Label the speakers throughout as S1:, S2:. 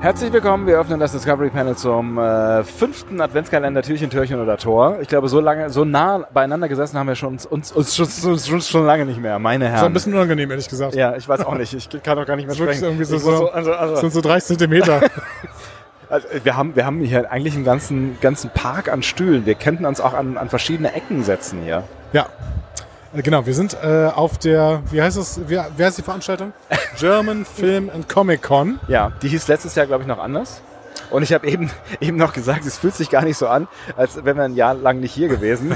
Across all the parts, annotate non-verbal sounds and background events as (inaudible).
S1: Herzlich willkommen, wir öffnen das Discovery Panel zum äh, fünften Adventskalender Türchen, Türchen oder Tor. Ich glaube, so lange, so nah beieinander gesessen haben wir schon uns, uns, uns, uns, uns, uns schon lange nicht mehr, meine
S2: Das war ein
S1: Herren.
S2: bisschen unangenehm, ehrlich gesagt.
S1: Ja, ich weiß auch nicht, ich kann auch gar nicht mehr
S2: Das ist wirklich
S1: sprechen.
S2: irgendwie so,
S1: Ich muss
S2: so,
S1: also, also,
S2: (laughs) sind so 30 Zentimeter.
S1: (laughs) also, wir, haben, wir haben hier eigentlich einen ganzen, ganzen Park an Stühlen. Wir könnten uns auch an, an verschiedene Ecken setzen hier.
S2: ja. Äh, Genau, wir sind äh, auf der, wie heißt es, wie, wie heißt
S1: (laughs)
S2: die Veranstaltung? German Film and Comic Con.
S1: Ja, die hieß letztes Jahr, glaube ich, noch anders. Und ich habe eben, (laughs) eben noch gesagt, es fühlt sich gar nicht so an, als wären wir ein Jahr lang nicht hier
S2: (laughs)
S1: gewesen.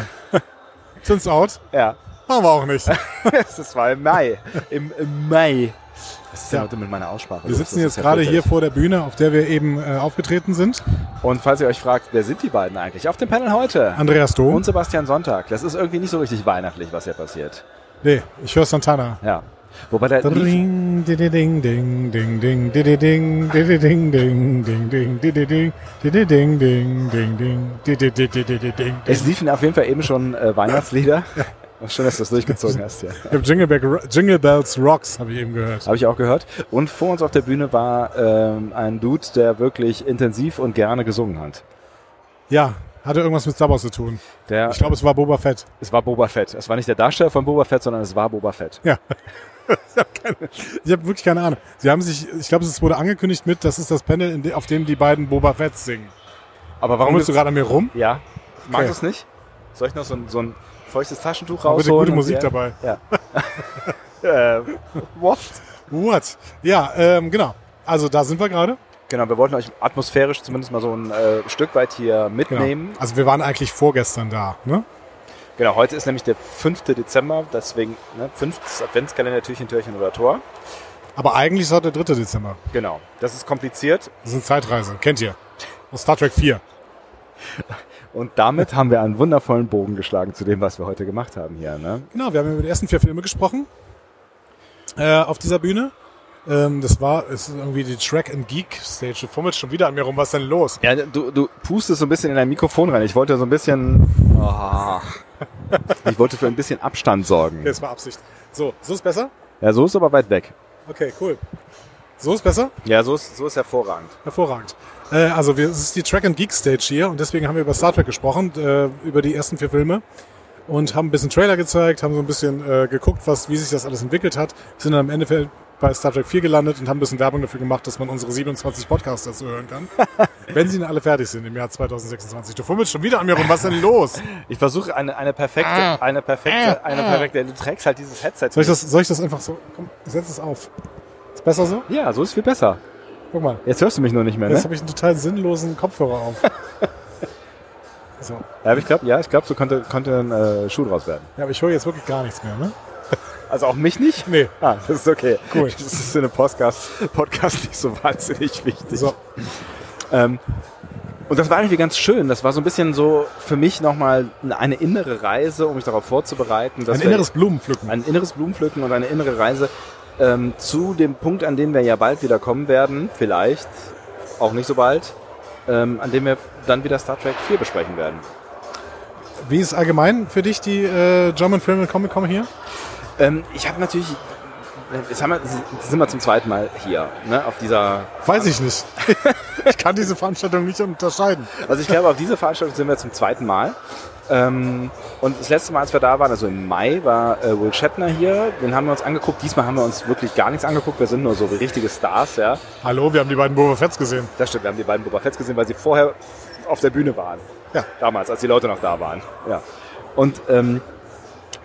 S2: Turns out,
S1: ja,
S2: machen wir
S1: (laughs)
S2: auch nicht.
S1: das war im Mai. Im, im Mai. Was ist denn
S2: Ja.
S1: heute mit meiner Aussprache?
S2: Wir
S1: los?
S2: sitzen
S1: Das
S2: jetzt
S1: ist ja
S2: gerade hier
S1: fürchterlich.
S2: vor der Bühne, auf der wir eben äh, aufgetreten sind.
S1: Und falls ihr euch fragt, wer sind die beiden eigentlich? Auf dem Panel heute.
S2: Andreas Dom.
S1: Und Sebastian Sonntag. Das ist irgendwie nicht so richtig weihnachtlich, was hier passiert.
S2: Nee, ich höre Santana.
S1: Ja. Wobei der lief,
S2: Ding, didi, ding, ding, ding, ding, didi, ding, didi, ding, ding, ding, ding, didi, ding, didi, ding, ding, ding, ding, didi, didi, didi, ding, ding.
S1: es liefen auf jeden Fall eben schon äh, Weihnachtslieder. Schön, dass du das durchgezogen hast, ja.
S2: Ich habe Jingle, Bell- Jingle Bells Rocks, habe ich eben gehört.
S1: Habe ich auch gehört. Und vor uns auf der Bühne war ähm, ein Dude, der wirklich intensiv und gerne gesungen hat.
S2: Ja, hatte irgendwas mit Star Wars zu tun.
S1: Der,
S2: Ich glaube, es war Boba Fett. (laughs)
S1: es war Boba Fett. Es war nicht der Darsteller von Boba Fett, sondern es war Boba Fett.
S2: Ja. Ich habe keine- ich habe wirklich keine Ahnung. Sie haben sich, ich glaube, es wurde angekündigt mit, das ist das Panel, in de, auf dem die beiden Boba Fetts singen.
S1: Aber
S2: Warum
S1: willst
S2: bist du gerade an mir rum?
S1: Ja. Magst
S2: Okay.
S1: du es nicht? Soll ich noch so ein, so ein feuchtes Taschentuch
S2: Aber bitte
S1: rausholen?
S2: gute
S1: und
S2: Musik
S1: dir-
S2: dabei.
S1: (laughs) Ja. Äh, what?
S2: What? Ja, ähm, genau. Also da sind wir gerade.
S1: Genau, wir wollten euch atmosphärisch zumindest mal so ein äh, Stück weit hier
S2: Genau.
S1: mitnehmen. Genau.
S2: Also wir waren eigentlich vorgestern da. Ne?
S1: heute ist nämlich der 5. Dezember, deswegen ne, fünftes Adventskalender, Türchen, Türchen oder Tor.
S2: Aber eigentlich ist heute der 3. Dezember.
S1: Genau, das ist kompliziert
S2: Das ist eine Zeitreise. Kennt ihr? Aus Star Trek 4.
S1: und damit haben wir einen wundervollen Bogen geschlagen zu dem, was wir heute gemacht haben hier. Ne?
S2: Genau, wir haben über die ersten vier Filme gesprochen äh, auf dieser Bühne. Ähm, das war es ist irgendwie die Track and Geek Stage. Du fummelst schon wieder an mir rum. Was ist denn los?
S1: Ja, du, du pustest so ein bisschen in dein Mikrofon rein. Ich wollte so ein bisschen... Ah. (laughs) Ich wollte für ein bisschen Abstand sorgen.
S2: Okay, das war Absicht. So, so ist besser?
S1: Ja, so ist aber weit weg.
S2: Okay, cool. So ist besser?
S1: Ja, so ist, so ist hervorragend.
S2: Hervorragend. Äh, also wir, es ist die Track and Geek Stage hier und deswegen haben wir über Star Trek gesprochen, äh, über die ersten vier Filme und haben ein bisschen Trailer gezeigt, haben so ein bisschen äh, geguckt, was, wie sich das alles entwickelt hat, sind dann am Ende bei Star Trek 4 gelandet und haben ein bisschen Werbung dafür gemacht, dass man unsere 27 Podcasts dazu hören (laughs) kann, wenn sie dann alle fertig sind im Jahr 2026. Du fummelst schon wieder an mir rum, was ist denn los?
S1: Ich versuche eine, eine perfekte, eine perfekte, eine perfekte. Du trägst halt dieses Headset.
S2: Soll ich das, soll ich das einfach so, komm, setz es auf. Ist besser so?
S1: Ja, so ist viel besser.
S2: Guck mal.
S1: Jetzt hörst du mich nur nicht mehr, ne?
S2: Jetzt habe ich einen total sinnlosen Kopfhörer (laughs) auf. so.
S1: Ja, aber ich glaube, ja, ich glaube, so konnte, konnte ein äh, Schuh draus werden.
S2: Ja, aber ich höre jetzt wirklich gar nichts mehr, ne?
S1: Also auch mich nicht?
S2: Nee.
S1: Ah, das ist okay.
S2: Cool.
S1: Das ist in einem Podcast, Podcast nicht so wahnsinnig wichtig.
S2: So.
S1: Ähm, und das war irgendwie ganz schön. Das war so ein bisschen so für mich nochmal eine innere Reise, um mich darauf vorzubereiten. Dass
S2: Ein
S1: wir-
S2: inneres Blumenpflücken.
S1: ein inneres Blumenpflücken und eine innere Reise ähm, zu dem Punkt, an dem wir ja bald wieder kommen werden, vielleicht auch nicht so bald, ähm, an dem wir dann wieder Star Trek 4 besprechen werden.
S2: Wie ist allgemein für dich die äh, German Film and Comic Con hier?
S1: Ähm, ich habe natürlich, jetzt, haben wir, jetzt sind wir zum zweiten Mal hier, ne, auf dieser,
S2: Weiß ich nicht. (laughs) ich kann diese Veranstaltung nicht unterscheiden.
S1: also ich glaube, auf dieser Veranstaltung sind wir zum zweiten Mal. Ähm, und das letzte Mal, als wir da waren, also im Mai, war äh, Will Shatner hier. Den haben wir uns angeguckt. Diesmal haben wir uns wirklich gar nichts angeguckt. Wir sind nur so richtige Stars, ja.
S2: Hallo, wir haben die beiden Boba Fetts gesehen.
S1: Das stimmt, wir haben die beiden Boba Fetts gesehen, weil sie vorher auf der Bühne waren.
S2: Ja.
S1: Damals, als die Leute noch da waren. Ja. Und ähm,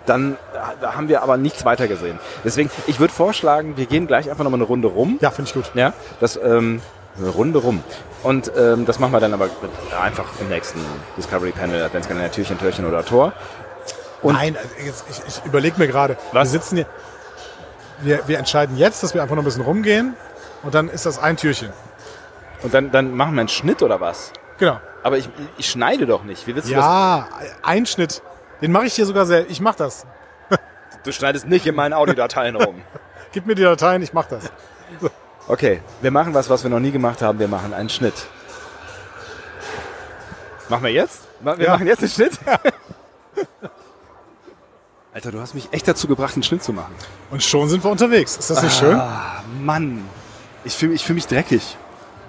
S1: dann äh, haben wir aber nichts weiter gesehen. Deswegen, ich würde vorschlagen, wir gehen gleich einfach nochmal eine Runde rum.
S2: Ja, finde ich gut.
S1: Ja. Das, ähm, eine Runde rum. Und ähm, das machen wir dann aber einfach im nächsten Discovery Panel, Adventskalender, Türchen, Türchen oder Tor. Und-
S2: Nein, also jetzt, ich, ich überlege mir gerade. Wir
S1: Was?
S2: sitzen hier. Wir, wir entscheiden jetzt, dass wir einfach noch ein bisschen rumgehen. Und dann ist das ein Türchen.
S1: Und dann, dann machen wir einen Schnitt oder was?
S2: Genau.
S1: Aber ich, ich schneide doch nicht. Wie willst du
S2: Ja, Einschnitt. Den mache ich dir sogar selbst. Ich mache das.
S1: das? Du schneidest nicht in meinen Audiodateien rum.
S2: Gib mir die Dateien, ich mache das.
S1: Okay, wir machen was, was wir noch nie gemacht haben. Wir machen einen Schnitt. Machen wir jetzt? Ma- Wir
S2: Ja.
S1: machen jetzt einen Schnitt? (laughs) Alter, du hast mich echt dazu gebracht, einen Schnitt zu machen.
S2: Und schon sind wir unterwegs. Ist das nicht schön?
S1: Ah, Mann. Ich fühle ich fühl mich dreckig.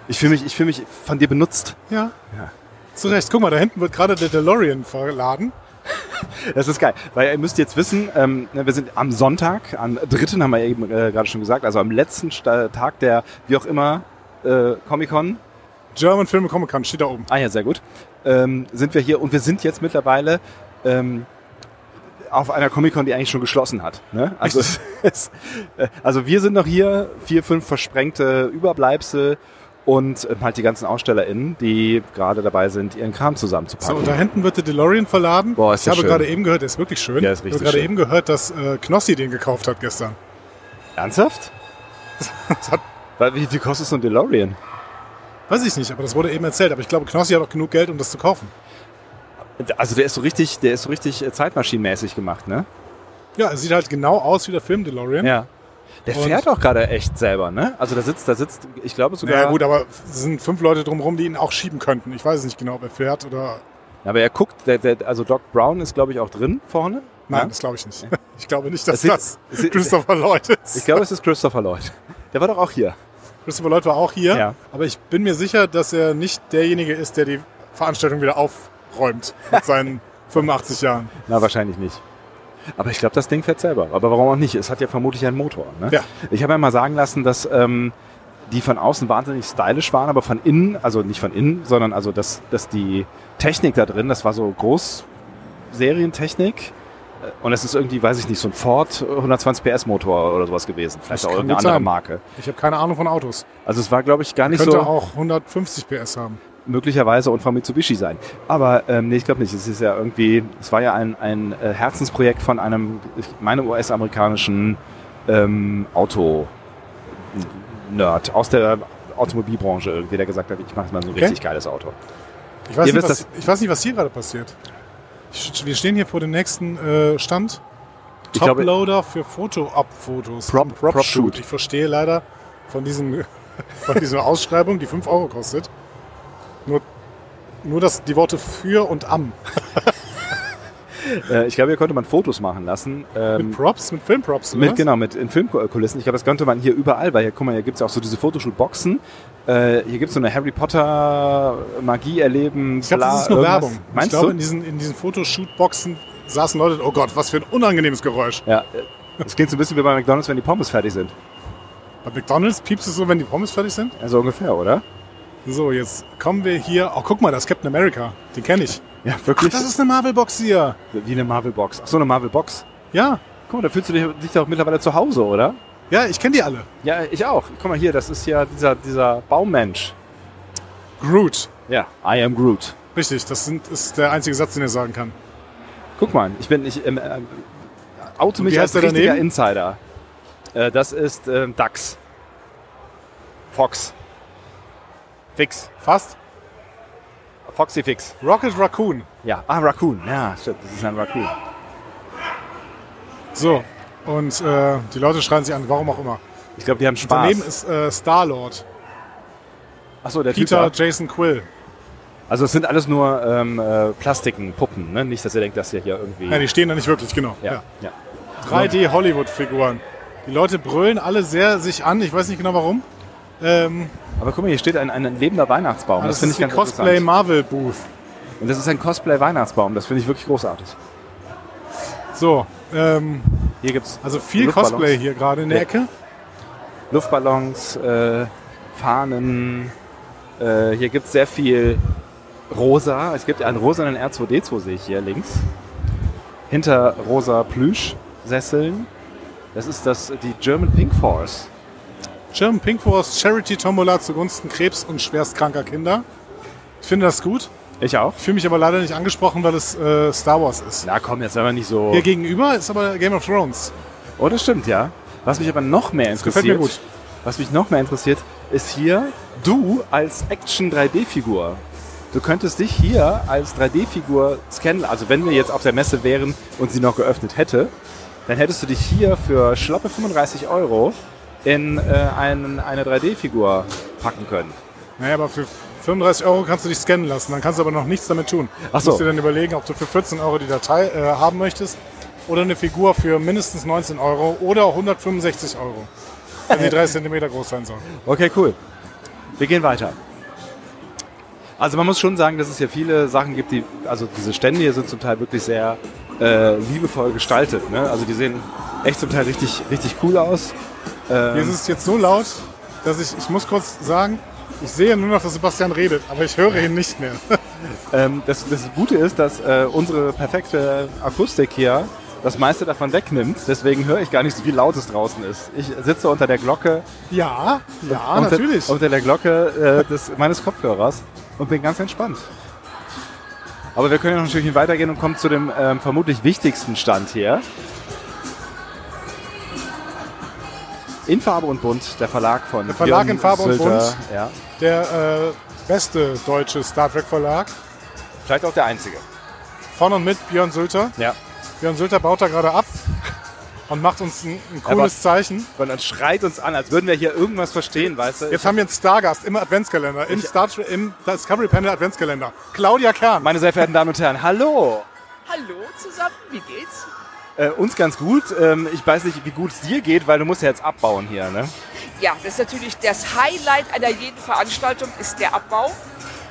S1: Ich fühle mich, ich fühl mich von dir benutzt.
S2: Ja.
S1: Ja.
S2: Zu Recht. Guck mal, da hinten wird gerade der DeLorean verladen.
S1: Das ist geil, weil ihr müsst jetzt wissen, ähm, ne, wir sind am Sonntag, am dritten haben wir eben äh, gerade schon gesagt, also am letzten Sta Tag der, wie auch immer, äh, Comic-Con.
S2: German Filme Comic Con steht da oben.
S1: Ah ja, sehr gut. Ähm, sind wir hier und wir sind jetzt mittlerweile ähm, auf einer Comic-Con, die eigentlich schon geschlossen hat. Ne? Also, (laughs) es, äh, also wir sind noch hier, vier, fünf versprengte Überbleibsel und ähm, halt die ganzen AusstellerInnen, die gerade dabei sind, ihren Kram
S2: So,
S1: zusammenzupacken.
S2: und da hinten wird der DeLorean verladen.
S1: Ah. Boah, ist
S2: ich
S1: der
S2: habe
S1: schön.
S2: gerade eben gehört, der ist wirklich schön.
S1: Ja, ist richtig
S2: ich habe gerade
S1: schön.
S2: eben gehört, dass äh, Knossi den gekauft hat gestern.
S1: Ernsthaft?
S2: Das hat,
S1: Weil, Wie, wie kostet so ein DeLorean?
S2: weiß ich nicht, aber das wurde eben erzählt. Aber ich glaube, Knossi hat auch genug Geld, um das zu kaufen.
S1: Also der ist so richtig, der ist so richtig äh, zeitmaschinenmäßig gemacht, ne?
S2: Ja, es sieht halt genau aus wie der Film DeLorean.
S1: Ja. Der
S2: Und-
S1: fährt auch gerade echt selber, ne? Also da sitzt, da sitzt, ich glaube sogar.
S2: Ja, gut, aber es sind fünf Leute drumherum, die ihn auch schieben könnten. Ich weiß nicht genau, ob er fährt oder.
S1: Aber er guckt, der, der, also Doc Brown ist, glaube ich, auch drin vorne.
S2: Nein,
S1: Ja?
S2: das glaube ich nicht. (laughs) Ich glaube nicht, dass
S1: Das
S2: das,
S1: sieht- sieht-
S2: Christopher Lloyd ist.
S1: Ich glaube, es ist Christopher Lloyd. Der war doch auch hier.
S2: Christopher Lloyd war auch hier,
S1: Ja.
S2: aber ich bin mir sicher, dass er nicht derjenige ist, der die Veranstaltung wieder aufräumt
S1: (laughs)
S2: mit seinen 85 Jahren.
S1: Na, wahrscheinlich nicht. Aber ich glaube, das Ding fährt selber. Aber warum auch nicht? Es hat ja vermutlich einen Motor. Ne?
S2: Ja.
S1: Ich habe ja mal sagen lassen, dass ähm, die von außen wahnsinnig stylisch waren, aber von innen, also nicht von innen, sondern also dass, dass die Technik da drin, das war so Großserientechnik. Äh, Und es ist irgendwie, weiß ich nicht, so ein Ford 120 PS Motor oder sowas gewesen. Vielleicht
S2: Das
S1: auch
S2: kann
S1: irgendeine
S2: gut
S1: andere
S2: sein.
S1: Marke.
S2: Ich habe keine Ahnung von Autos.
S1: Also es war, glaube ich, gar nicht
S2: Könnte
S1: so.
S2: auch 150 PS haben.
S1: möglicherweise und von Mitsubishi sein. Aber ähm, nee, ich glaube nicht. Es ist ja irgendwie, es war ja ein, ein äh, Herzensprojekt von einem, ich meine US-amerikanischen ähm, Auto-Nerd aus der Automobilbranche irgendwie, der gesagt hat, ich mache mal so ein
S2: Okay.
S1: richtig geiles Auto.
S2: Ich weiß,
S1: Ihr
S2: nicht,
S1: wisst
S2: was, ich weiß nicht, was hier gerade passiert. Ich, wir stehen hier vor dem nächsten äh, Stand.
S1: Ich glaube-
S2: Toploader für Foto-Up-Fotos.
S1: Prop- Prop Shoot.
S2: Ich verstehe leider von, diesem, (laughs) von dieser Ausschreibung, die 5 Euro kostet, nur, nur das, die Worte für und am.
S1: Äh, ich glaube, hier konnte man Fotos machen lassen.
S2: Mit
S1: Ähm,
S2: Props, mit Filmprops, oder?
S1: mit, genau, mit in Filmkulissen. Ich glaube, das könnte man hier überall, weil hier, guck mal, hier gibt es ja auch so diese Fotoshoot-Boxen. Äh, hier gibt es so eine Harry Potter Magie erleben.
S2: Ich glaube,
S1: bla,
S2: das ist nur
S1: irgendwas.
S2: Werbung. ich
S1: Meinst
S2: glaube,
S1: du?
S2: in diesen, in diesen Fotoshootboxen saßen Leute, oh Gott, was für ein unangenehmes Geräusch.
S1: Ja, es klingt so ein bisschen wie bei McDonalds, wenn die Pommes fertig sind.
S2: Bei McDonalds piepst es so, wenn die Pommes fertig sind.
S1: Also ungefähr, oder?
S2: So, jetzt kommen wir hier. Oh, guck mal, das ist Captain America. Den kenne ich.
S1: Ja,
S2: Ach,
S1: wirklich.
S2: das ist eine Marvel-Box hier.
S1: wie eine Marvel-Box. Ach so, eine Marvel-Box.
S2: Ja,
S1: Guck mal, da fühlst du dich, dich doch mittlerweile zu Hause, oder?
S2: ja, ich kenne die alle.
S1: Ja, ich auch. Guck mal hier, das ist ja dieser, dieser Baumensch.
S2: Groot.
S1: Ja, I am Groot.
S2: Richtig, das sind, ist der einzige Satz, den er sagen kann.
S1: Guck mal, ich bin, ich ähm, ähm, oute
S2: Und
S1: mich
S2: wie
S1: als
S2: heißt der
S1: richtiger
S2: daneben?
S1: Insider. Äh, das ist ähm, Dax. Fox. Fix.
S2: Fast.
S1: Foxy Fix.
S2: Rocket Raccoon.
S1: Ja, ah, Raccoon. Ja, stimmt, das ist ein Raccoon.
S2: So, und äh, die Leute schreien sich an, warum auch immer.
S1: Ich glaube, die haben
S2: Daneben
S1: Spaß.
S2: ist äh, Star-Lord.
S1: Achso, der
S2: Peter
S1: Typ da.
S2: Jason Quill.
S1: Also es sind alles nur ähm, äh, Plastiken, Puppen, ne? Nicht, dass ihr denkt, dass ihr hier irgendwie...
S2: Ja, die stehen da nicht wirklich, genau.
S1: ja. ja.
S2: 3D-Hollywood-Figuren. Die Leute brüllen alle sehr sich an, ich weiß nicht genau warum. Ähm, also
S1: Aber guck mal, hier steht ein, ein lebender Weihnachtsbaum. Das, finde ich
S2: ein
S1: ganz
S2: Cosplay
S1: interessant.
S2: Marvel Booth.
S1: Und das ist ein Cosplay-Weihnachtsbaum. Das finde ich wirklich großartig.
S2: So, ähm,
S1: Hier gibt's
S2: also viel
S1: Luftballons.
S2: Cosplay hier gerade in der
S1: Ja.
S2: Ecke.
S1: Luftballons, äh, Fahnen. Äh, hier gibt's sehr viel rosa. Es gibt einen rosanen R2D2, sehe ich hier links. Hinter rosa Plüsch-Sesseln. Das ist das, die German Pink Force.
S2: German Pink Force Charity Tombola zugunsten Krebs und schwerstkranker Kinder. Ich finde das gut.
S1: Ich auch.
S2: Ich fühle mich aber leider nicht angesprochen, weil es äh, Star Wars ist.
S1: Na komm, jetzt sei mal nicht so...
S2: Hier gegenüber ist aber Game of Thrones.
S1: Oh, das stimmt, ja. Was mich aber noch mehr
S2: gefällt
S1: interessiert,
S2: mir gut.
S1: Was mich noch mehr interessiert, ist hier du als Action 3D-Figur. Du könntest dich hier als 3D-Figur scannen. Also wenn wir jetzt auf der Messe wären und sie noch geöffnet hätte, dann hättest du dich hier für schlappe 35 Euro in äh, einen, eine 3D-Figur packen können.
S2: Naja, aber für 35 Euro kannst du dich scannen lassen, dann kannst du aber noch nichts damit tun.
S1: Ach
S2: Du
S1: so.
S2: musst dir dann überlegen, ob du für 14 Euro die Datei äh, haben möchtest oder eine Figur für mindestens 19 Euro oder 165 Euro, wenn sie (laughs) 3 Zentimeter groß sein soll.
S1: Okay, cool. Wir gehen weiter. Also man muss schon sagen, dass es hier viele Sachen gibt, die, also diese Stände hier sind zum Teil wirklich sehr äh, liebevoll gestaltet. Ne? Also die sehen echt zum Teil richtig, richtig cool aus.
S2: Hier ist es jetzt so laut, dass ich, ich muss kurz sagen, ich sehe nur noch, dass Sebastian redet, aber ich höre ihn nicht mehr.
S1: Ähm, das, das Gute ist, dass äh, unsere perfekte Akustik hier das meiste davon wegnimmt. Deswegen höre ich gar nicht so viel laut es draußen ist. Ich sitze unter der Glocke,
S2: (laughs) ja, ja,
S1: unter,
S2: Ah, natürlich.
S1: unter der Glocke äh, des, meines Kopfhörers und bin ganz entspannt. Aber wir können ja noch ein Stückchen weitergehen und kommen zu dem ähm, vermutlich wichtigsten Stand hier. In Farbe und Bunt, der Verlag von Der
S2: Verlag in Farbe und Bunt.
S1: Ja.
S2: Der äh, beste deutsche Star Trek Verlag
S1: Vielleicht auch der einzige.
S2: von und mit Björn Sülter.
S1: Ja.
S2: Björn Sülter baut da gerade ab und macht uns ein, ein cooles Zeichen.
S1: Und dann schreit uns an, als würden wir hier irgendwas verstehen, weißt du?
S2: Jetzt haben wir einen Stargast im Adventskalender, im, Star Trek- im Discovery Panel Adventskalender. Claudia Kern.
S1: Meine sehr verehrten Damen und Herren, hallo!
S3: Hallo zusammen, wie geht's?
S1: Äh, uns ganz gut. Ähm, ich weiß nicht, wie gut es dir geht, weil du musst ja jetzt abbauen hier, ne?
S3: Ja, das ist natürlich das Highlight einer jeden Veranstaltung, ist der Abbau.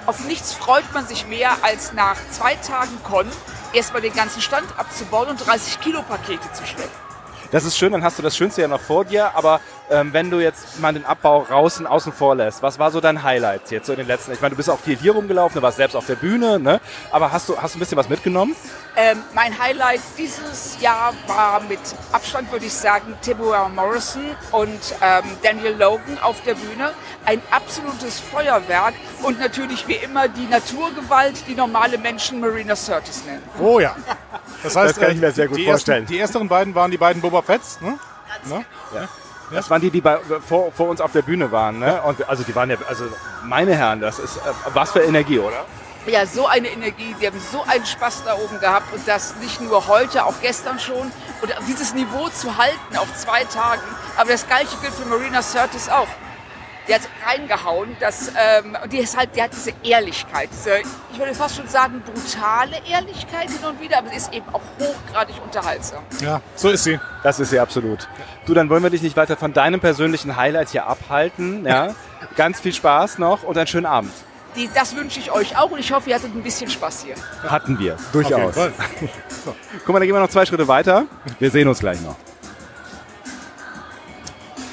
S3: Auf nichts freut man sich mehr, als nach zwei Tagen Con erstmal den ganzen Stand abzubauen und 30 Kilo Pakete zu schleppen.
S1: Das ist schön, dann hast du das Schönste ja noch vor dir, aber ähm, wenn du jetzt mal den Abbau draußen außen vor lässt, was war so dein Highlight jetzt so in den letzten? Ich meine, du bist auch viel hier rumgelaufen, du warst selbst auf der Bühne, ne? Aber hast du, hast du ein bisschen was mitgenommen?
S3: Ähm, mein Highlight dieses Jahr war mit Abstand, würde ich sagen, Tibua Morrison und ähm, Daniel Logan auf der Bühne. Ein absolutes Feuerwerk und natürlich wie immer die Naturgewalt, die normale Menschen Marina Sirtis nennen.
S2: Oh ja. Das heißt,
S1: Das kann ich mir
S2: äh,
S1: sehr gut
S2: die
S1: vorstellen.
S2: Ersten, die ersteren beiden waren die beiden Boba Fetts, ne? Ne?
S1: Das waren die, die bei, vor, vor uns auf der Bühne waren, ne? Und also die waren ja, also meine Herren, das ist äh, was für Energie, oder?
S3: Ja, so eine Energie, die haben so einen Spaß da oben gehabt und das nicht nur heute, auch gestern schon. Und dieses Niveau zu halten auf zwei Tagen, aber das gleiche gilt für Marina Curtis auch. Die hat reingehauen, dass, ähm, und die, ist halt, die hat diese Ehrlichkeit, diese, ich würde fast schon sagen, brutale Ehrlichkeit hin und wieder, aber sie ist eben auch hochgradig unterhaltsam.
S2: Ja, so ist sie.
S1: Das ist sie absolut. Du, dann wollen wir dich nicht weiter von deinem persönlichen Highlight hier abhalten.
S2: (laughs)
S1: Ja? Ganz viel Spaß noch und einen schönen Abend.
S3: Die, das wünsche ich euch auch und ich hoffe, ihr hattet ein bisschen Spaß hier.
S1: Hatten wir,
S2: Auf jeden
S1: durchaus.
S2: Fall.
S1: Guck mal, da gehen wir noch zwei Schritte weiter. Wir sehen uns gleich noch.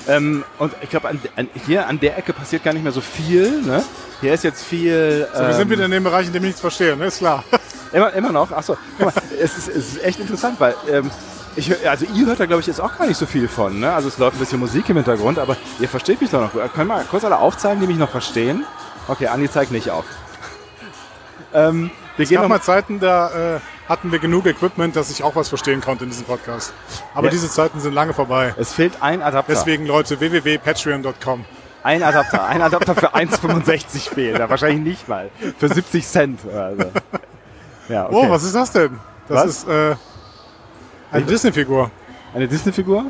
S1: Ähm, und ich glaube, an, an, hier an der Ecke passiert gar nicht mehr so viel. Ne? Hier ist jetzt viel.
S2: Wir
S1: ähm,
S2: sind wieder in dem Bereich, in dem ich nichts verstehe, ne? Ist klar.
S1: Immer, immer noch. Achso, guck mal, (laughs) es, ist, es ist echt interessant, weil ähm, ich, hör- also ihr hört da, glaube ich, jetzt auch gar nicht so viel von. Ne? Also es läuft ein bisschen Musik im Hintergrund, aber ihr versteht mich doch noch. gut. Können wir mal kurz alle aufzeigen, die mich noch verstehen? Okay, Andi zeigt nicht auf. (laughs) ähm, wir
S2: Es
S1: gehen
S2: gab
S1: noch
S2: mal Zeiten, da äh, hatten wir genug Equipment, dass ich auch was verstehen konnte in diesem Podcast. Aber
S1: Ja.
S2: diese Zeiten sind lange vorbei.
S1: Es fehlt ein Adapter.
S2: Deswegen, Leute, www.patreon.com.
S1: Ein Adapter. Ein Adapter für 1,65 fehlt. Ja, wahrscheinlich nicht mal. Für 70 Cent. Oder so. Ja, okay.
S2: Oh, was ist das denn? Das
S1: Was?
S2: ist äh, eine Disney-Figur.
S1: Eine Disney-Figur?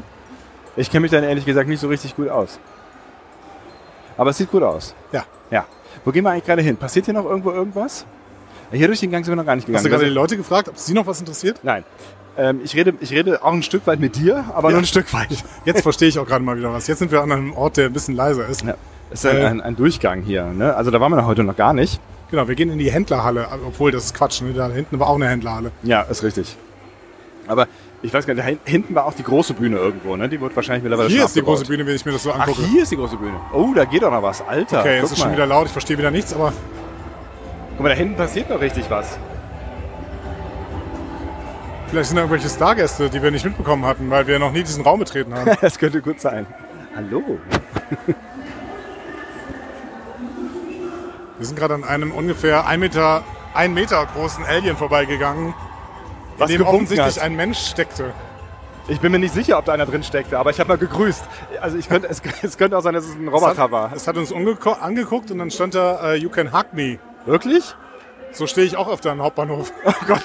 S1: Ich kenne mich dann ehrlich gesagt nicht so richtig gut aus. Aber es sieht gut aus.
S2: Ja.
S1: Ja. Wo gehen wir eigentlich gerade hin? Passiert hier noch irgendwo irgendwas? Hier durch den Gang sind wir noch gar nicht gegangen.
S2: Hast du gerade die
S1: Wir sind-
S2: Leute gefragt, ob sie noch was interessiert?
S1: Nein. Ähm, ich, rede, ich rede auch ein Stück weit mit dir, aber nur ein Stück weit.
S2: Jetzt verstehe ich auch gerade mal wieder was. Jetzt sind wir an einem Ort, der ein bisschen leiser ist.
S1: Ja. Es ist
S2: Äh.
S1: ein, ein, ein Durchgang hier. Ne? Also da waren wir noch heute noch gar nicht.
S2: Genau, wir gehen in die Händlerhalle, obwohl das ist Quatsch. Ne? Da hinten war auch eine Händlerhalle.
S1: Ja, ist richtig. Aber ich weiß gar nicht, da hin- hinten war auch die große Bühne irgendwo. Ne? Die wird wahrscheinlich mittlerweile
S2: Hier
S1: schon
S2: ist die
S1: abgebaut.
S2: große Bühne, wenn ich mir das so
S1: Ach,
S2: angucke.
S1: hier ist die große Bühne. Oh, da geht doch noch was. Alter,
S2: okay,
S1: guck
S2: es ist schon
S1: mal.
S2: wieder laut, ich verstehe wieder nichts, aber
S1: Guck mal, da hinten passiert noch richtig was. (laughs)
S2: vielleicht sind da irgendwelche Stargäste, die wir nicht mitbekommen hatten, weil wir noch nie diesen Raum
S1: (laughs)
S2: betreten haben.
S1: Das könnte gut sein. Hallo.
S2: wir sind gerade an einem ungefähr 1 Meter, 1 Meter großen Alien vorbeigegangen, in dem
S1: gewunken
S2: offensichtlich
S1: hat.
S2: ein Mensch steckte.
S1: Ich bin mir nicht sicher, ob da einer drin steckte, aber ich habe mal gegrüßt. Also ich könnte, es, (laughs) es könnte auch sein, dass es ein Roboter
S2: Es hat,
S1: war.
S2: Es hat uns umgeko- angeguckt und dann stand da, äh, you can hug me.
S1: Wirklich?
S2: So stehe ich auch öfter
S1: (laughs)
S2: am Hauptbahnhof.
S1: Oh Gott.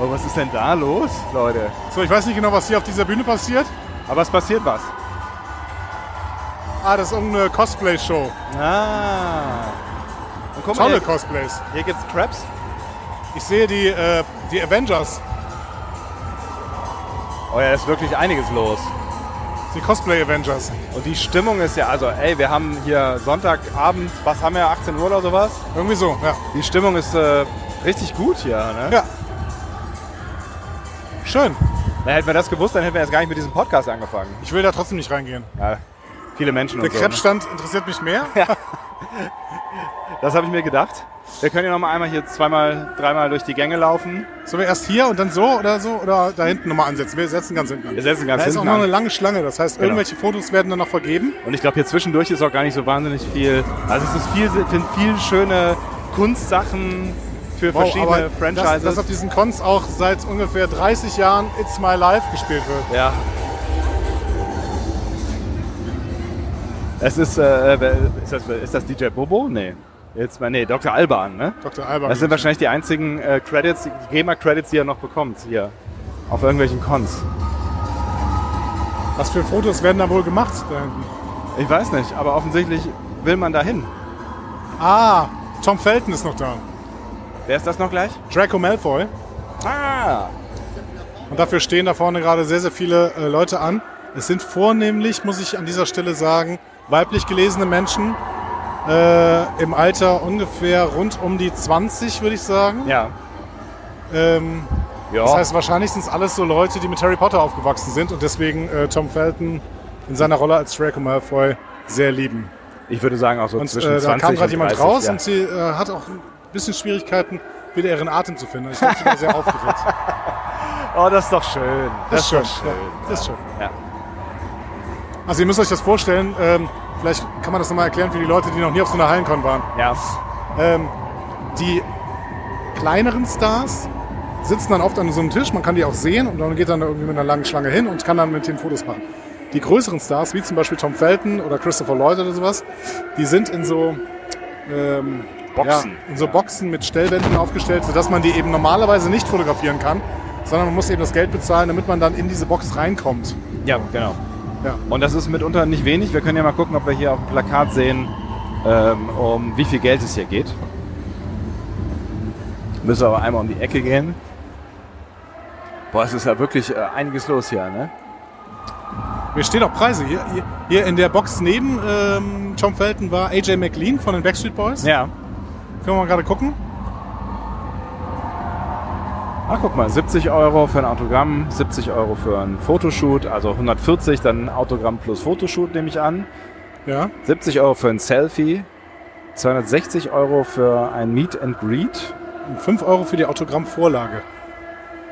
S1: oh, was ist denn da los, Leute?
S2: So, ich weiß nicht genau, was hier auf dieser Bühne passiert.
S1: Aber es passiert was.
S2: Ah, das ist irgendeine Cosplay-Show.
S1: Ah. Und guck mal,
S2: Tolle
S1: hier,
S2: Cosplays.
S1: hier gibt's Traps.
S2: Ich sehe die, äh, die Avengers,
S1: Oh ja, ist wirklich einiges los.
S2: die Cosplay-Avengers.
S1: Und die Stimmung ist ja, also ey, wir haben hier Sonntagabend, was haben wir, 18 Uhr oder sowas?
S2: Irgendwie so, ja.
S1: Die Stimmung ist äh, richtig gut hier, ne?
S2: Ja. Schön.
S1: Na, hätten wir das gewusst, dann hätten wir jetzt gar nicht mit diesem Podcast angefangen.
S2: Ich will da trotzdem nicht reingehen.
S1: Ja, viele Menschen
S2: Der
S1: und so. ne?
S2: Krebsstand interessiert mich mehr.
S1: Das habe ich mir gedacht. Wir können ja nochmal einmal hier zweimal, dreimal durch die Gänge laufen.
S2: Sollen wir erst hier und dann so oder so oder da hinten nochmal ansetzen? Wir setzen ganz hinten an.
S1: Wir setzen ganz
S2: da ist auch
S1: hinten
S2: noch
S1: an. Genau.
S2: eine lange Schlange. Das heißt, irgendwelche Fotos werden dann noch vergeben.
S1: Und ich glaube, hier zwischendurch ist auch gar nicht so wahnsinnig viel. Also es ist viel, sind viel schöne Kunstsachen für
S2: Wow, aber
S1: verschiedene
S2: Dass,
S1: Franchises.
S2: dass auf diesen Cons auch seit ungefähr 30 Jahren It's My Life gespielt wird.
S1: Ja. Es ist, äh, wer- ist, das, ist das DJ Bobo? Nee. Jetzt mal, nee, Dr. Alban, ne?
S2: Dr. Alban.
S1: Das sind wahrscheinlich die einzigen äh, Credits, die GEMA-Credits, die er noch bekommt hier. Auf irgendwelchen Cons.
S2: Was für Fotos werden da wohl gemacht da hinten?
S1: Ich weiß nicht, aber offensichtlich will man da hin.
S2: Ah, Tom Felton ist noch da.
S1: Wer ist das noch gleich?
S2: Draco Malfoy.
S1: Ah!
S2: Und dafür stehen da vorne gerade sehr, sehr viele äh, Leute an. Es sind vornehmlich, muss ich an dieser Stelle sagen, weiblich gelesene Menschen äh, im Alter ungefähr rund um die 20, würde ich sagen.
S1: Ja.
S2: Ähm,
S1: Ja.
S2: das heißt, wahrscheinlich sind es alles so Leute, die mit Harry Potter aufgewachsen sind und deswegen äh, Tom Felton in seiner Rolle als Draco Malfoy sehr lieben.
S1: ich würde sagen auch so
S2: Und
S1: zwischen
S2: äh,
S1: 20
S2: da kam gerade
S1: und
S2: jemand
S1: 30,
S2: raus
S1: ja.
S2: und sie äh, hat auch ein bisschen Schwierigkeiten, wieder ihren Atem zu finden. Ich glaube, sie
S1: (laughs)
S2: war sehr aufgeregt.
S1: Oh, das ist doch schön.
S2: Das,
S1: ist
S2: ist
S1: doch
S2: schön. Ja, das ist schön.
S1: Ja.
S2: Also ihr müsst euch das vorstellen, ähm, vielleicht kann man das nochmal erklären für die Leute, die noch nie auf so einer Hallencon waren.
S1: Ja.
S2: Ähm, die kleineren Stars sitzen dann oft an so einem Tisch, man kann die auch sehen und dann geht dann irgendwie mit einer langen Schlange hin und kann dann mit denen Fotos machen. Die größeren Stars, wie zum Beispiel Tom Felton oder Christopher Lloyd oder sowas, die sind in so ähm,
S1: Boxen.
S2: Ja, in so Boxen mit Stellwänden aufgestellt, sodass man die eben normalerweise nicht fotografieren kann, sondern man muss eben das Geld bezahlen, damit man dann in diese Box reinkommt.
S1: Ja, genau.
S2: Ja.
S1: Und das ist mitunter nicht wenig. Wir können ja mal gucken, ob wir hier auf dem Plakat sehen, ähm, um wie viel Geld es hier geht. Müssen wir aber einmal um die Ecke gehen. Boah, es ist ja wirklich äh, einiges los hier, ne?
S2: Hier stehen auch Preise. Hier, hier, hier in der Box neben ähm, Tom Felton war AJ McLean von den Backstreet Boys.
S1: Ja.
S2: Können wir mal gerade gucken.
S1: Ah, guck mal, 70 Euro für ein Autogramm, 70 Euro für ein Fotoshoot, also 140, dann Autogramm plus Fotoshoot nehme ich an.
S2: Ja.
S1: 70 Euro für ein Selfie, 260 Euro für ein Meet and Greet.
S2: Und 5 Euro für die Autogrammvorlage.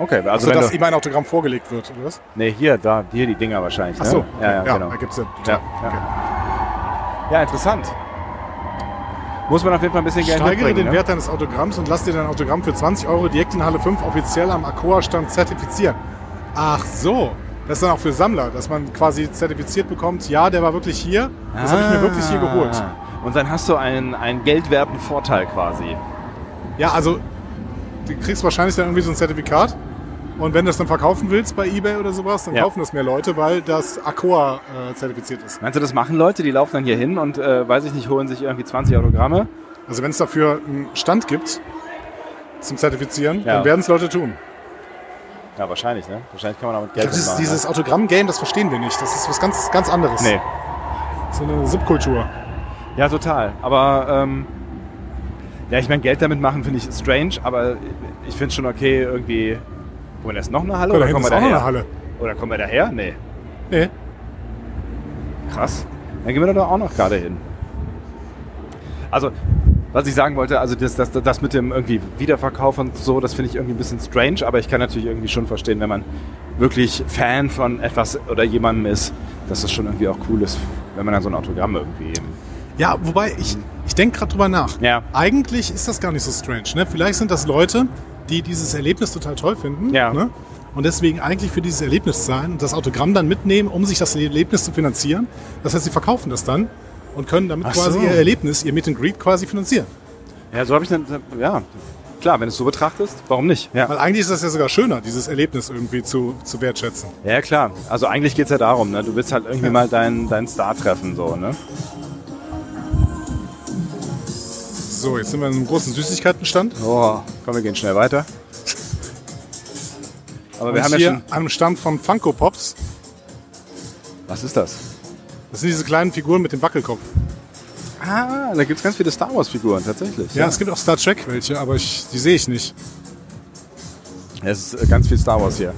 S1: Okay, also,
S2: Also,
S1: wenn
S2: dass
S1: du,
S2: ihm ein Autogramm vorgelegt wird, oder was?
S1: Nee, hier, da, hier die Dinger wahrscheinlich.
S2: Ach so.
S1: Ne? Ja, ja, genau.
S2: ergibt Sinn.
S1: Ja, ja. ja, interessant. Muss man auf jeden Fall ein bisschen Geld
S2: Steigere
S1: mitbringen.
S2: den
S1: ne?
S2: Wert deines Autogramms und lass dir dein Autogramm für 20 Euro direkt in Halle 5 offiziell am Aqua-Stand zertifizieren. Ach so. Das ist dann auch für Sammler, dass man quasi zertifiziert bekommt, ja, der war wirklich hier. Das habe ich mir wirklich hier geholt.
S1: Ah. Und dann hast du einen, einen geldwerten Vorteil quasi.
S2: Ja, also du kriegst wahrscheinlich dann irgendwie so ein Zertifikat. Und wenn du das dann verkaufen willst bei Ebay oder sowas, dann
S1: Ja.
S2: kaufen das mehr Leute, weil das Aqua äh, zertifiziert ist.
S1: Meinst du, das machen Leute? Die laufen dann hier hin und, äh, weiß ich nicht, holen sich irgendwie 20 Autogramme.
S2: Also wenn es dafür einen Stand gibt zum Zertifizieren,
S1: Ja.
S2: dann werden es Leute tun.
S1: Ja, wahrscheinlich, ne? Wahrscheinlich kann man damit
S2: Ich
S1: Geld ne?
S2: glaub, dieses,
S1: machen.
S2: dieses Autogramm-Game, das verstehen wir nicht. Das ist was ganz, ganz anderes.
S1: ne?
S2: So eine Subkultur.
S1: Nee, ja, total. Aber, ähm, ja, ich meine, Geld damit machen finde ich strange, aber ich finde es schon okay, irgendwie. Guck mal, da ist noch eine Halle
S2: Guck, da
S1: oder
S2: hinten
S1: kommen wir
S2: ist auch noch
S1: daher?
S2: eine Halle.
S1: Oder kommen wir daher? Nee.
S2: Nee.
S1: Krass. Dann gehen wir da doch auch noch gerade hin. Also, was ich sagen wollte, also das, das, das mit dem irgendwie Wiederverkauf und so, das finde ich irgendwie ein bisschen strange, aber ich kann natürlich irgendwie schon verstehen, wenn man wirklich Fan von etwas oder jemandem ist, dass das schon irgendwie auch cool ist, wenn man dann so ein Autogramm irgendwie.
S2: Ja, wobei ich, ich denke gerade drüber nach.
S1: Ja.
S2: Eigentlich ist das gar nicht so strange. Ne? Vielleicht sind das Leute, die dieses Erlebnis total toll finden.
S1: Ja.
S2: Ne? Und deswegen eigentlich für dieses Erlebnis zahlen und das Autogramm dann mitnehmen, um sich das Erlebnis zu finanzieren. Das heißt, sie verkaufen das dann und können damit
S1: Ach
S2: quasi
S1: so.
S2: ihr Erlebnis, ihr Meet and Greet quasi finanzieren.
S1: Ja, so habe ich dann, ja, klar, wenn du es so betrachtest, warum nicht? Ja,
S2: Weil eigentlich ist das ja sogar schöner, dieses Erlebnis irgendwie zu, zu wertschätzen.
S1: ja klar. Also eigentlich geht's ja darum, ne? du willst halt irgendwie mal deinen deinen Star treffen, so, ne?
S2: So, jetzt sind wir in einem großen Süßigkeitenstand.
S1: Oh, komm, wir gehen schnell weiter. Aber wir
S2: und
S1: haben ja
S2: hier
S1: schon.
S2: am Stand von Funko Pops.
S1: Was ist das?
S2: Das sind diese kleinen Figuren mit dem Wackelkopf.
S1: Ah, da gibt's ganz viele Star Wars-Figuren, tatsächlich.
S2: Ja, es gibt auch Star Trek welche, aber ich, die sehe ich nicht.
S1: Es ist äh, ganz viel Star Wars hier.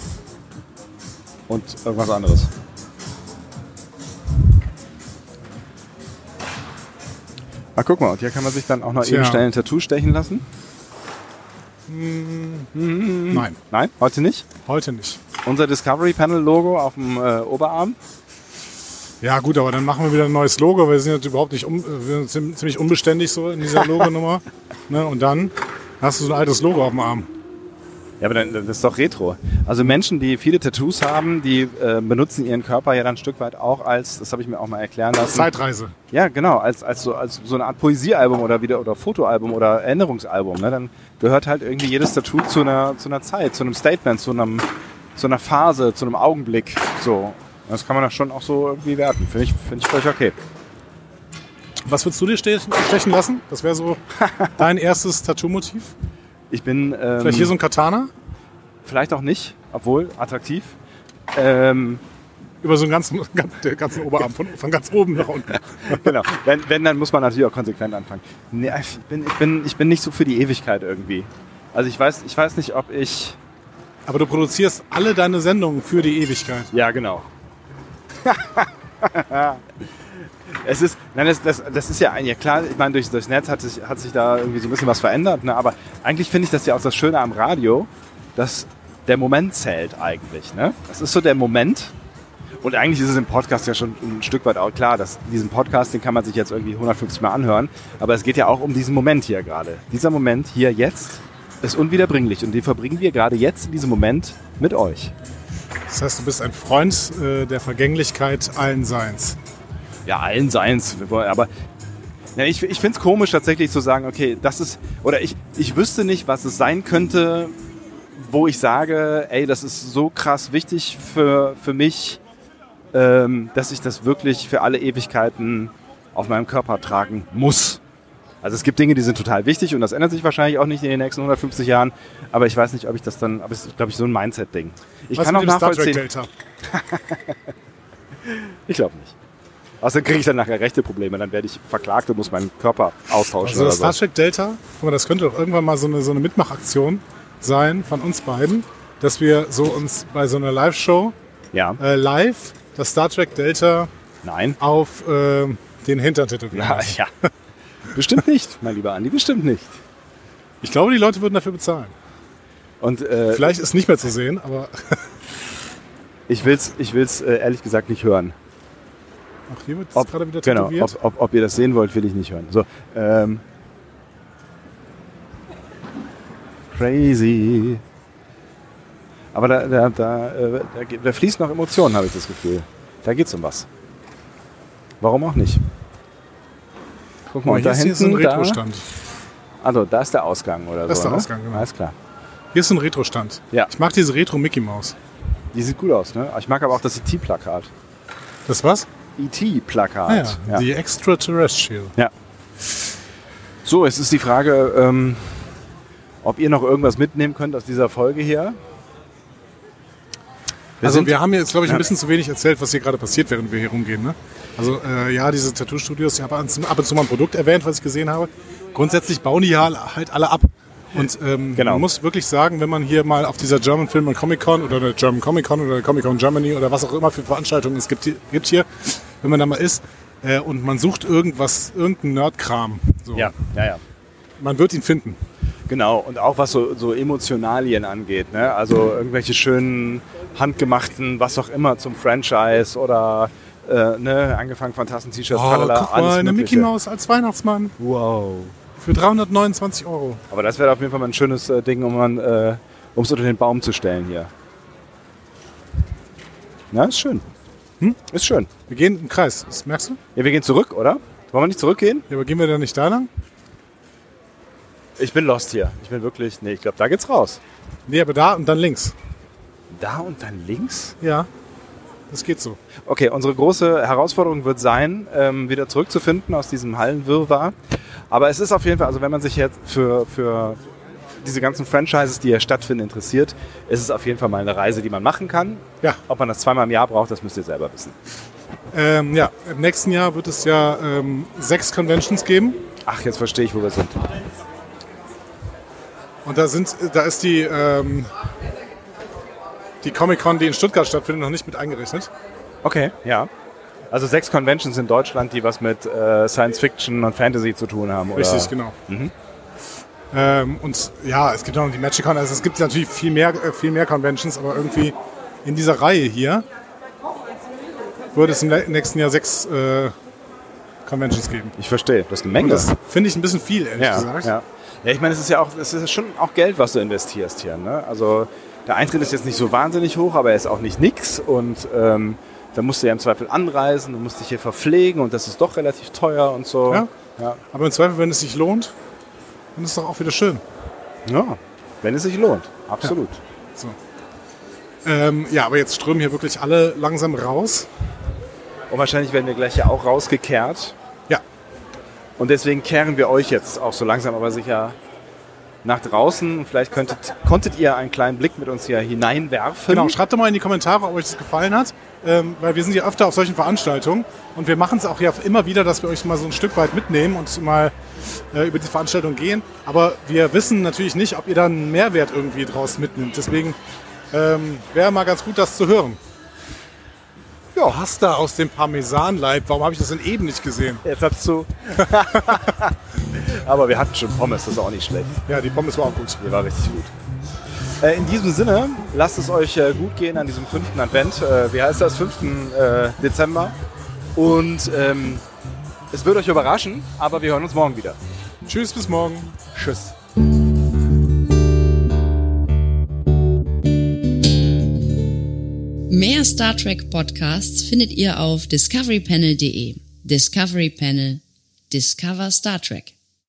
S1: Und irgendwas anderes. Ah, guck mal, und hier kann man sich dann auch noch
S2: Tja.
S1: eben schnell ein Tattoo stechen lassen. Mhm.
S2: Nein,
S1: Nein, heute nicht.
S2: heute nicht.
S1: Unser Discovery Panel Logo auf dem äh, Oberarm.
S2: Ja gut, aber dann machen wir wieder ein neues Logo, weil wir sind jetzt überhaupt nicht um, äh, wir sind ziem- ziemlich unbeständig so in (laughs) dieser Logonummer. ne, und dann hast du so ein altes Logo auf dem Arm.
S1: Ja, aber dann, das ist doch Retro. Also Menschen, die viele Tattoos haben, die äh, benutzen ihren Körper ja dann ein Stück weit auch als, das habe ich mir auch mal erklären lassen.
S2: Zeitreise.
S1: Ja, genau, als, als, so, als so eine Art Poesiealbum oder wieder oder Fotoalbum oder Erinnerungsalbum. Ne? Dann gehört halt irgendwie jedes Tattoo zu einer, zu einer Zeit, zu einem Statement, zu, einem, zu einer Phase, zu einem Augenblick. So. Das kann man doch schon auch so irgendwie werten. Finde ich, finde ich völlig okay.
S2: Was würdest du dir ste- stechen lassen? Das wäre (laughs) so dein erstes Tattoo-Motiv.
S1: Ich bin. Ähm,
S2: Vielleicht hier so ein Katana
S1: vielleicht auch nicht, obwohl attraktiv. Ähm,
S2: über so einen ganzen, (laughs) ganz- der ganzen Oberarm von, von ganz oben nach unten.
S1: (laughs) genau. Wenn, wenn, dann muss man natürlich auch konsequent anfangen. Nee, ich bin, ich bin, ich bin nicht so für die Ewigkeit irgendwie. Also ich weiß, ich weiß nicht, ob ich.
S2: Aber du produzierst alle deine Sendungen für die Ewigkeit.
S1: Ja, genau. (laughs) es ist, nein, das, das, das ist ja, ein- ja klar, ich meine, durch, durchs Netz hat sich, hat sich da irgendwie so ein bisschen was verändert, ne? aber eigentlich finde ich das ja auch das Schöne am Radio, dass der Moment zählt eigentlich. Ne? Das ist so der Moment. Und eigentlich ist es im Podcast ja schon ein Stück weit auch klar, dass diesen Podcast, den kann man sich jetzt irgendwie 150 Mal anhören, aber es geht ja auch um diesen Moment hier gerade. Dieser Moment hier jetzt ist unwiederbringlich und den verbringen wir gerade jetzt in diesem Moment mit euch.
S2: Das heißt, du bist ein Freund äh, der Vergänglichkeit allen Seins.
S1: Ja, allen seins. Wir wollen- Aber ja, ich, ich finde es komisch tatsächlich zu sagen, okay, das ist, oder ich, ich wüsste nicht, was es sein könnte, wo ich sage, ey, das ist so krass wichtig für, für mich, ähm, dass ich das wirklich für alle Ewigkeiten auf meinem Körper tragen muss. Also es gibt Dinge, die sind total wichtig und das ändert sich wahrscheinlich auch nicht in den nächsten 150 Jahren, aber ich weiß nicht, ob ich das dann, aber es ist, glaube ich, so ein Mindset-Ding. Ich
S2: Was
S1: kann
S2: mit
S1: auch
S2: dem Star Trek
S1: nachvollziehen.
S2: Delta?
S1: Ich glaube nicht. Außerdem kriege ich dann nachher rechte Probleme, dann werde ich verklagt und muss meinen Körper austauschen
S2: Also das
S1: oder
S2: Star
S1: so.
S2: Trek Delta, guck mal, das könnte doch irgendwann mal so eine, so eine Mitmachaktion sein von uns beiden, dass wir so uns bei so einer Live-Show
S1: Ja,
S2: äh, live das Star Trek Delta
S1: nein.
S2: auf äh, den Hintern tätowieren.
S1: Ja, (laughs) ja. Bestimmt nicht, mein lieber Andi, bestimmt nicht.
S2: Ich glaube, die Leute würden dafür bezahlen.
S1: Und äh,
S2: Vielleicht ist nicht mehr zu sehen, aber
S1: ich will's, ich will's äh, ehrlich gesagt nicht hören.
S2: auch hier wird es
S1: Ob,
S2: gerade wieder
S1: genau,
S2: tätowiert.
S1: ob, ob, ob ihr das sehen wollt, will ich nicht hören. So, ähm, crazy. Aber da, da, da, äh, da, geht- da fließen noch Emotionen, habe ich das Gefühl. Da geht's um was. Warum auch nicht? Guck mal,
S2: Guck mal,
S1: und da
S2: Oh, hier, ist,
S1: hinten,
S2: hier ist so ein
S1: da,
S2: Retrostand.
S1: also da ist der Ausgang oder
S2: Das ist
S1: so.
S2: der
S1: ne?
S2: Ausgang, genau.
S1: Alles klar.
S2: Hier ist so ein Retrostand.
S1: Ja.
S2: Ich mag diese Retro-Mickey-Maus.
S1: Die sieht gut aus, ne? Ich mag aber auch das ET-Plakat.
S2: Das was? Ah, ja.
S1: ET-Plakat. E Ja.
S2: Die Extraterrestrial.
S1: Ja. So, es ist die Frage, ähm, ob ihr noch irgendwas mitnehmen könnt aus dieser Folge hier. Wir
S2: also
S1: sind-
S2: wir haben jetzt, glaube ich, ein
S1: Ja.
S2: bisschen zu wenig erzählt, was hier gerade passiert, während wir hier rumgehen. Ne? Also äh, ja, diese Tattoo-Studios, ich habe ab und zu- ab und zu mal ein Produkt erwähnt, was ich gesehen habe. Grundsätzlich bauen die ja halt alle ab. Und ähm,
S1: Genau.
S2: man muss wirklich sagen, wenn man hier mal auf dieser German Film und Comic Con oder der German Comic Con oder der Comic Con Germany oder was auch immer für Veranstaltungen es gibt, hier- gibt hier, wenn man da mal ist äh, und man sucht irgendwas, irgendeinen Nerdkram, so,
S1: Ja, ja, ja.
S2: man wird ihn finden.
S1: Genau, und auch was so, so Emotionalien angeht, ne? Also irgendwelche schönen, handgemachten, was auch immer zum Franchise oder äh, ne, angefangen von Tassen, T-Shirts,
S2: Oh,
S1: tralala,
S2: guck mal, eine
S1: Mögliche.
S2: Mickey Maus als Weihnachtsmann.
S1: Wow.
S2: Für 329 Euro.
S1: Aber das wäre auf jeden Fall mal ein schönes äh, Ding, um man, äh, um es unter den Baum zu stellen hier. Na, ist schön. Hm? Ist schön.
S2: Wir gehen im Kreis. Das merkst du?
S1: Ja, wir gehen zurück, oder? Wollen wir nicht zurückgehen?
S2: Ja, aber gehen wir da nicht da lang?
S1: Ich bin lost hier. Ich bin wirklich. Nee, ich glaube, da geht's raus.
S2: Nee, aber da und dann links.
S1: Da und dann links?
S2: Ja. Das geht so.
S1: Okay, unsere große Herausforderung wird sein, ähm, wieder zurückzufinden aus diesem Hallenwirrwarr. Aber es ist auf jeden Fall, also wenn man sich jetzt für, für diese ganzen Franchises, die hier stattfinden, interessiert, ist es auf jeden Fall mal eine Reise, die man machen kann.
S2: Ja.
S1: Ob man das zweimal im Jahr braucht, das müsst ihr selber wissen.
S2: Ähm, ja, im nächsten Jahr wird es ja ähm, sechs Conventions geben.
S1: Ach, jetzt verstehe ich, wo wir sind.
S2: Und da sind, da ist die, ähm, die Comic-Con, die in Stuttgart stattfindet, noch nicht mit eingerechnet.
S1: Ah. Okay, ja. Also sechs Conventions in Deutschland, die was mit äh, Science Fiction und Fantasy zu tun haben, oder?
S2: Richtig, genau.
S1: Mhm.
S2: Ähm, und ja, es gibt auch noch die Magic-Con. Also es gibt natürlich viel mehr, äh, viel mehr Conventions, aber irgendwie in dieser Reihe hier wird es im le- nächsten Jahr sechs äh, Conventions geben.
S1: Ich verstehe, das ist eine
S2: Und
S1: Menge.
S2: das finde ich ein bisschen viel, ehrlich
S1: ja,
S2: gesagt.
S1: ja. ja, ich meine, es ist ja auch, es ist schon auch Geld, was du investierst hier. Ne? Also der Eintritt ist jetzt nicht so wahnsinnig hoch, aber er ist auch nicht nix. Und ähm, da musst du ja im Zweifel anreisen, du musst dich hier verpflegen und das ist doch relativ teuer und so.
S2: Ja.
S1: ja.
S2: Aber im Zweifel, wenn es sich lohnt, dann ist es doch auch wieder schön.
S1: ja. Wenn es sich lohnt, absolut.
S2: Ähm, ja, aber jetzt strömen hier wirklich alle langsam raus.
S1: Und wahrscheinlich werden wir gleich ja auch rausgekehrt.
S2: Ja.
S1: Und deswegen kehren wir euch jetzt auch so langsam aber sicher nach draußen. Und vielleicht könntet, konntet ihr einen kleinen Blick mit uns hier hineinwerfen.
S2: Genau, schreibt doch mal in die Kommentare, ob euch das gefallen hat, ähm, weil wir sind ja öfter auf solchen Veranstaltungen und wir machen es auch ja immer wieder, dass wir euch mal so ein Stück weit mitnehmen und mal äh, über die Veranstaltung gehen. Aber wir wissen natürlich nicht, ob ihr da einen Mehrwert irgendwie draus mitnimmt. Deswegen ähm, wäre mal ganz gut, das zu hören. Ja, Pasta aus dem Parmesanleib. Warum habe ich das denn eben nicht gesehen?
S1: Jetzt hat's zu. (laughs) aber wir hatten schon Pommes, das ist auch nicht schlecht.
S2: Ja, die Pommes war auch gut.
S1: Die war richtig gut. Äh, in diesem Sinne, lasst es euch äh, gut gehen an diesem fünften Advent. Äh, wie heißt das? 5. Äh, Dezember. Und ähm, es wird euch überraschen, aber wir hören uns morgen wieder.
S2: Tschüss, bis morgen.
S1: Tschüss.
S4: Mehr Star Trek Podcasts findet ihr auf discoverypanel.de. Discovery Panel. Discover Star Trek.